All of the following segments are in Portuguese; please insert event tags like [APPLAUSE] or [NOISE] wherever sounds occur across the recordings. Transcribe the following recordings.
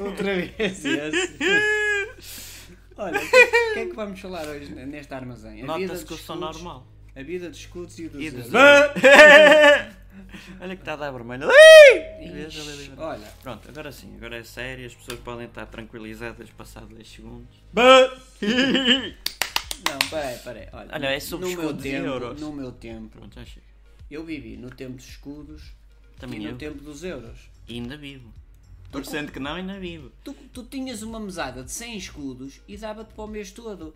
Outra vez esse. Olha, o que é que vamos falar hoje neste armazém? A É vida Nota-se dos que eu sou escudos- normal. A vida dos escudos e dos E dos outros. [LAUGHS] Olha que está a dar vermelho. Ih! Vês ali, ali, Ixi, ali. Olha, Pronto, agora sim, agora é sério, as pessoas podem estar tranquilizadas passado 10 [LAUGHS] segundos. não, peraí, pperaí. Olha, Olha, é sobre no meu escudos e tempo, euros. No meu tempo, Pronto, já chega. eu vivi no tempo dos escudos Também e no eu. tempo dos euros. E ainda vivo. Então, Torcendo que não, ainda vivo. Tu, tu tinhas uma mesada de 100 escudos e dava-te para o mês todo.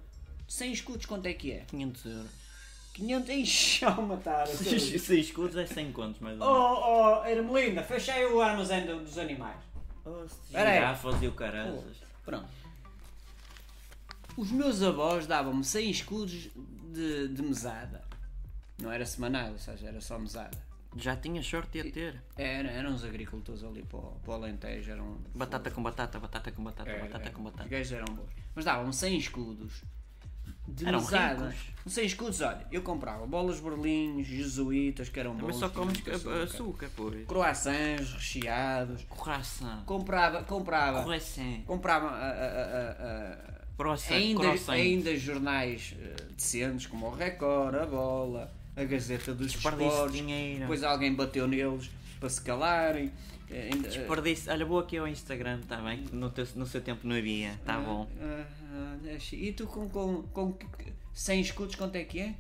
100 escudos quanto é que é? 500 [LAUGHS] euros. 500 em [LAUGHS] chão [LAUGHS] matar. 6 escudos é 100 contos, mais ou menos. Oh, oh, Hermelinda, fechei o armazém do- dos animais. Oh, se Pera aí. girafas e o Pô, caraças. Pronto. Os meus avós davam-me 100 escudos de, de mesada. Não era semanal, ou seja, era só mesada. Já tinha sorte de a ter. Era, eram os agricultores ali para o, para o Alentejo, eram... Batata com batata, batata com batata, Era, batata era. com Os batata. gajos eram bons. Mas davam 100 escudos. De Eram mesada. ricos. 100 escudos, olha, eu comprava bolas berlinhos, jesuítas, que eram Também bons. só tinham comes muito açúcar, açúcar pois. Croissants recheados. Croissant. Comprava, comprava, Croissant. comprava ah, ah, ah, ah, ah, Croissant. ainda, Croissant. ainda jornais eh, decentes como o Record, a Bola, a Gazeta dos Desperdício de Desportos. dinheiro. Depois alguém bateu neles para se calarem. eh, ainda- Desperdício. Olha, vou aqui ao Instagram, está bem? No, teu- no seu tempo não havia, está bom. Ah, ah, deixa- e tu com, com, com que- 100 escudos quanto é que é?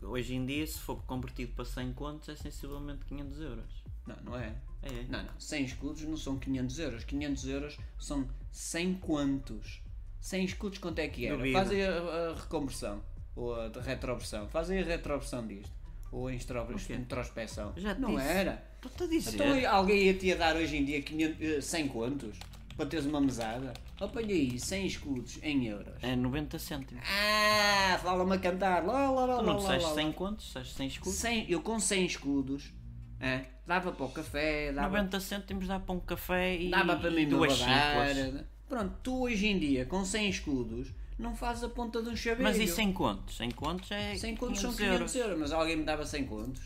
Hoje em dia, se for convertido para 100 contos, é sensivelmente 500 euros. Não, não é? É. Não, não. 100 escudos não são 500 euros. 500 euros são 100 quantos? 100 escudos quanto é que era? Duvido. Fazem a, a reconversão. Ou a de retroversão. Fazem a retroversão disto. Ou a instro- introspeção. Já te não disse. era. Estou-te a dizer. Então alguém ia te dar hoje em dia 500, eh, 100 quantos? Para teres uma mesada? Apanha aí 100 escudos em euros. É 90 cêntimos. Ah, fala-me a cantar. Lá, lá, lá, Tu lá, não lá, disseste lá, 100 contos, disseste 100 lá. escudos. 100 eu com 100 escudos hã, dava para o café, dava 90 cêntimos dá para um café e, Dava para e mim duas babar. chiclas. Pronto, tu hoje em dia, com 100 escudos, não fazes a ponta de um chaveiro. Mas e 100 contos? 100 contos é 100 contos são 500 euros. mas alguém me dava 100 contos.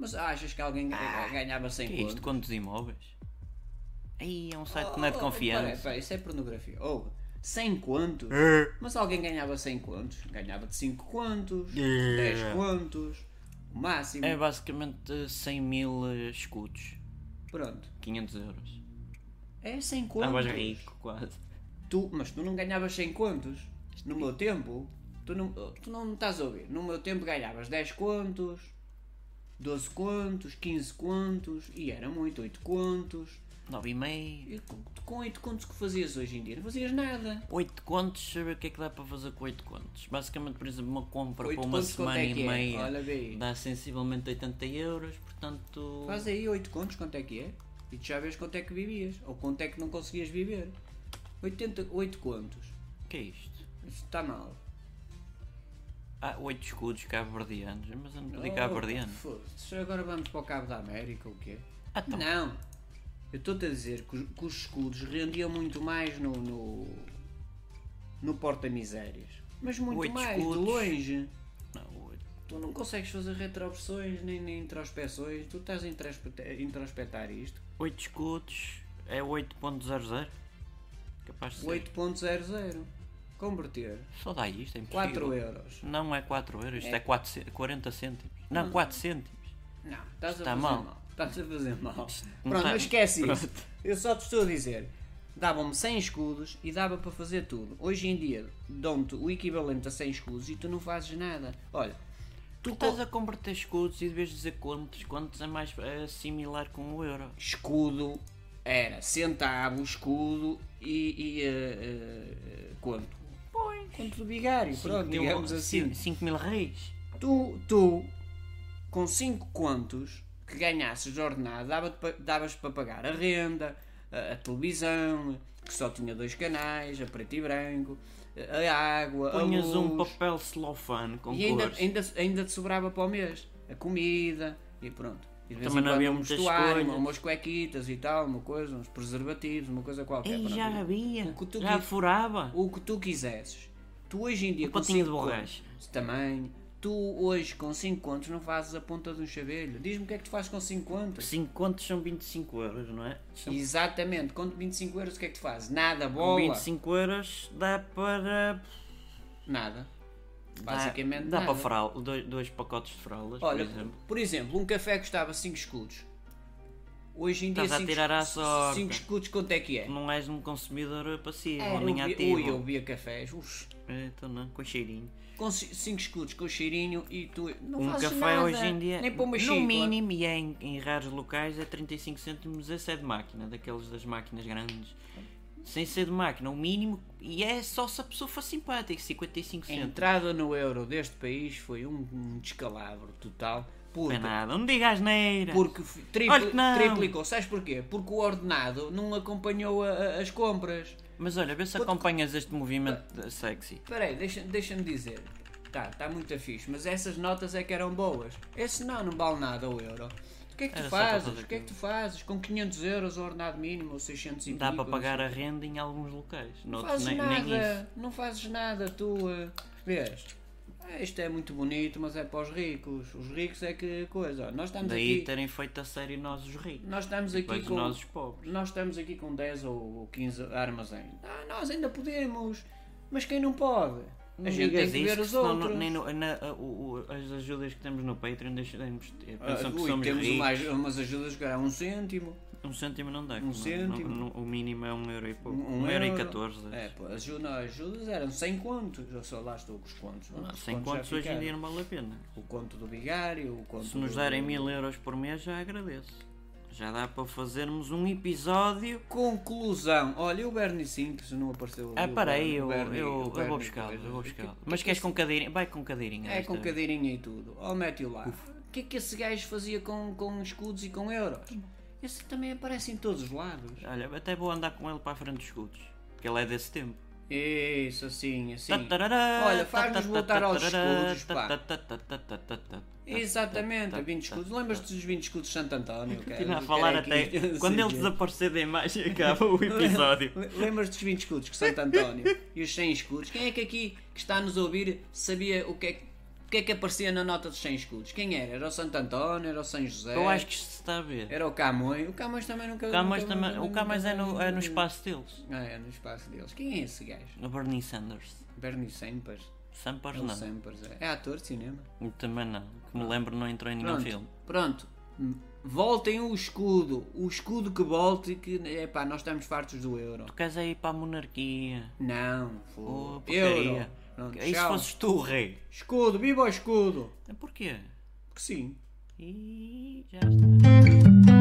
Mas achas que alguém ga- ganhava 100 Que é contos? isto? Contos imóveis? Aí é um site que não é de Oh, oh, peraí, confiança. peraí, isso é pornografia. Ou 100 contos? É. Mas alguém ganhava 100 contos? Ganhava de 5 contos, 10 contos, o máximo. É basicamente eh, 100 mil eh, escudos. Pronto, 500 euros. é 100 Estavas contos. Ah, rico, quase. Tu, mas tu não ganhavas 100 contos. No meu tempo, tu não, tu não me estás a ouvir. No meu tempo ganhavas 10 contos, 12 contos, 15 contos, e era muito, 8 contos. 9,5. E com, com 8 contos que fazias hoje em dia, não fazias nada. 8 contos, sabe o que é que dá para fazer com 8 contos? Basicamente, por exemplo, uma compra Oito para uma contos, quanto semana é e que é? meia Olha bem. dá sensivelmente 80 euros, portanto. Faz aí 8 contos, quanto é que é? E tu já vês quanto é que vivias, ou quanto é que não conseguias viver. 88 contos. O que é isto? Isso está mal. Há 8 escudos cabo-verdianos, mas eu não Oh, digo cabo-verdiano. foda-se, agora vamos para o Cabo da América, o quê? Ah, então. Não! Eu estou-te a dizer que, os- que os escudos rendiam muito mais no. no, no Porta-Misérias. Mas muito Oito mais, escudos. de longe. Não, 8. Tu não consegues fazer retroversões nem, nem introspeções, tu estás a introspe- a introspectar isto. 8 escudos é 8.00. Capaz de ser. 8.00 converter Só dá isto, é impossível. 4 euros. Não é 4 euros, isto é, 4 ce- 40 cêntimos. Não, 4 cêntimos. Não, estás a Está fazer mal. mal. Estás a fazer mal. não Pronto, está- mas esquece isso. Pronto. Eu só te estou a dizer. Davam-me 100 escudos e dava para fazer tudo. Hoje em dia dão-te o equivalente a 100 escudos e tu não fazes nada. Olha, tu Tu estás co- a converter escudos e deves dizer quantos, quantos é mais é similar com o euro. escudo era centavo, escudo e, e eh, eh, quanto? Pois. Quanto do bigário, pronto, um digamos assim. 5 mil reis. Tu, tu, com 5 contos que ganhasses de ordenado, dava-te pa- davas para pagar a renda, a, a televisão, que só tinha dois canais, a preto e branco, a água, Punhas a luz, um papel celofane com e ainda, cores. ainda, ainda te sobrava para o mês, a comida e pronto. E de vez Também em não quando havia um muitas vestuário, escolhas. umas cuequitas e tal, uma coisa, uns preservativos, uma coisa qualquer. Ei, pronto. já havia. É O que tu Já quis- furava. O que tu quisesses. Tu hoje em dia Um patinho cinco de borracha. contos, Também. Tu hoje com 5 contos não fazes a ponta de um chaveiro. Diz-me o que é que tu fazes com 5 contos. 5 contos são 25 euros, não é? São Exatamente, conto 25 euros, o que é que tu fazes? Nada, com bola. 25 euros dá para. Nada. dá- Basicamente Dá, nada. para fralda, dois, dois pacotes de fraldas, Olha, por exemplo. por exemplo, um café custava 5 escudos. Hoje em dia Estás a tirar à sorte. 5 escudos quanto é que é? Não és um consumidor passivo, Era, nem eu bebia- ativo. Ui, eu bebia cafés. Uf. Então não, com cheirinho. Com 5 escudos, com cheirinho e tu não um fazes café nada, hoje em dia, Nem para uma no xícara. mínimo, e é em, em raros locais, é 35 cêntimos a ser de máquina, daqueles das máquinas grandes. Sem ser de máquina, o mínimo, e é só se a pessoa for simpática, 55 A cêntimos. entrada no euro deste país foi um, um descalabro total. Não é Porque, nada, não diga asneira. porque f- tripli- Olha que não. triplicou. Sabes porquê? Porque o ordenado não acompanhou a- a- as compras. Mas olha, vê se acompanhas este movimento sexy. Espera aí, deixa- deixa-me dizer. Tá, tá muito fixe, mas essas notas é que eram boas. Esse não, não vale nada o euro. O que é que tu Era só para fazes? fazer O que é que tu fazes? Com 500 euros o ordenado mínimo ou 600 e Dá pico, para não pagar a renda em alguns locais, Não noutros fazes nem, nada, nem isso. não fazes nada, tu eh, vês. Ah, Isto é muito bonito, mas é para os ricos. Os ricos é que coisa. Nós estamos Daí aqui, terem feito a série nós os ricos, nós estamos aqui depois com nós os pobres. nós estamos aqui com 10 ou 15 armazéns. Ah, nós ainda podemos, mas quem não pode? A Não gente tem digas Um é que isso, ver que os senão outros. não- nem no- na- o- o- as ajudas que temos no Patreon deixaremos de ter. Ah, Pensam que ui, somos temos ricos. mais umas ajudas que era um cêntimo. Um cêntimo não dá. Um cêntimo. o mínimo é um euro e pouco. Um, euro, e 14. É, pô, ajuda, ajudas eram 100 contos. Eu só lá estou com os contos. Não, Os sem já contos hoje em ficaram. dia não vale a pena. O conto do bigário, o conto Se nos do- derem mil euros por mês, já agradeço. Já dá para fazermos um episódio. Conclusão. Olha, e o Bernie Simples não apareceu ali. Ah, o peraí, Bernie- o eu, eu, Bernie- o eu Bernie vou buscar, coisa. eu vou O que- buscar. o que Mas que queres esse- com cadeirinha? Vai com cadeirinha. É desta com vez. cadeirinha e tudo. Ó, mete-o lá. O que é que esse gajo fazia com, com escudos e com Tá euros? Esse também aparece em todos os lados. Olha, até vou andar com ele para a frente dos escudos. Porque ele é desse tempo. Isso, assim, assim. Tá, Tatarará, Olha, faz-nos tatarará, voltar aos tatarará, escudos, pá. tatarará. Exatamente, tá, a 20 escudos. Lembras-te dos 20 escudos de Santo António? cara? Estive a Quero falar aqui- até. Quando [LAUGHS] ele Sim. desaparecer da imagem, [LAUGHS] acaba o episódio. Le- Lembras dos 20 escudos que Santo António e os 100 escudos? Quem é que aqui que está a nos ouvir sabia o que é que, o que, é que aparecia na nota dos 100 escudos? Quem era? Era o Santo António? Era o São José? Eu acho que isto se está a ver. Era o Camões? O Camões também nunca... O Camões, nunca- também, nunca- o Camões é, no, nunca- é no espaço deles. Ah, é no espaço deles. Quem é esse gajo? No Bernie Sanders. Bernie Sempers? Sampers Não. não. Sempers, é. é ator de cinema. Também não. Que me lembro, não entrou em nenhum filme. Pronto, pronto. Voltem o escudo. O escudo que volte que... Epá, nós estamos fartos do euro. Tu queres aí para a monarquia. Não, foi. Oh, euro. porcaria. Pronto, E se tchau. fosses tu, rei? É Escudo, viva o escudo! Porquê? Que sim. E já está.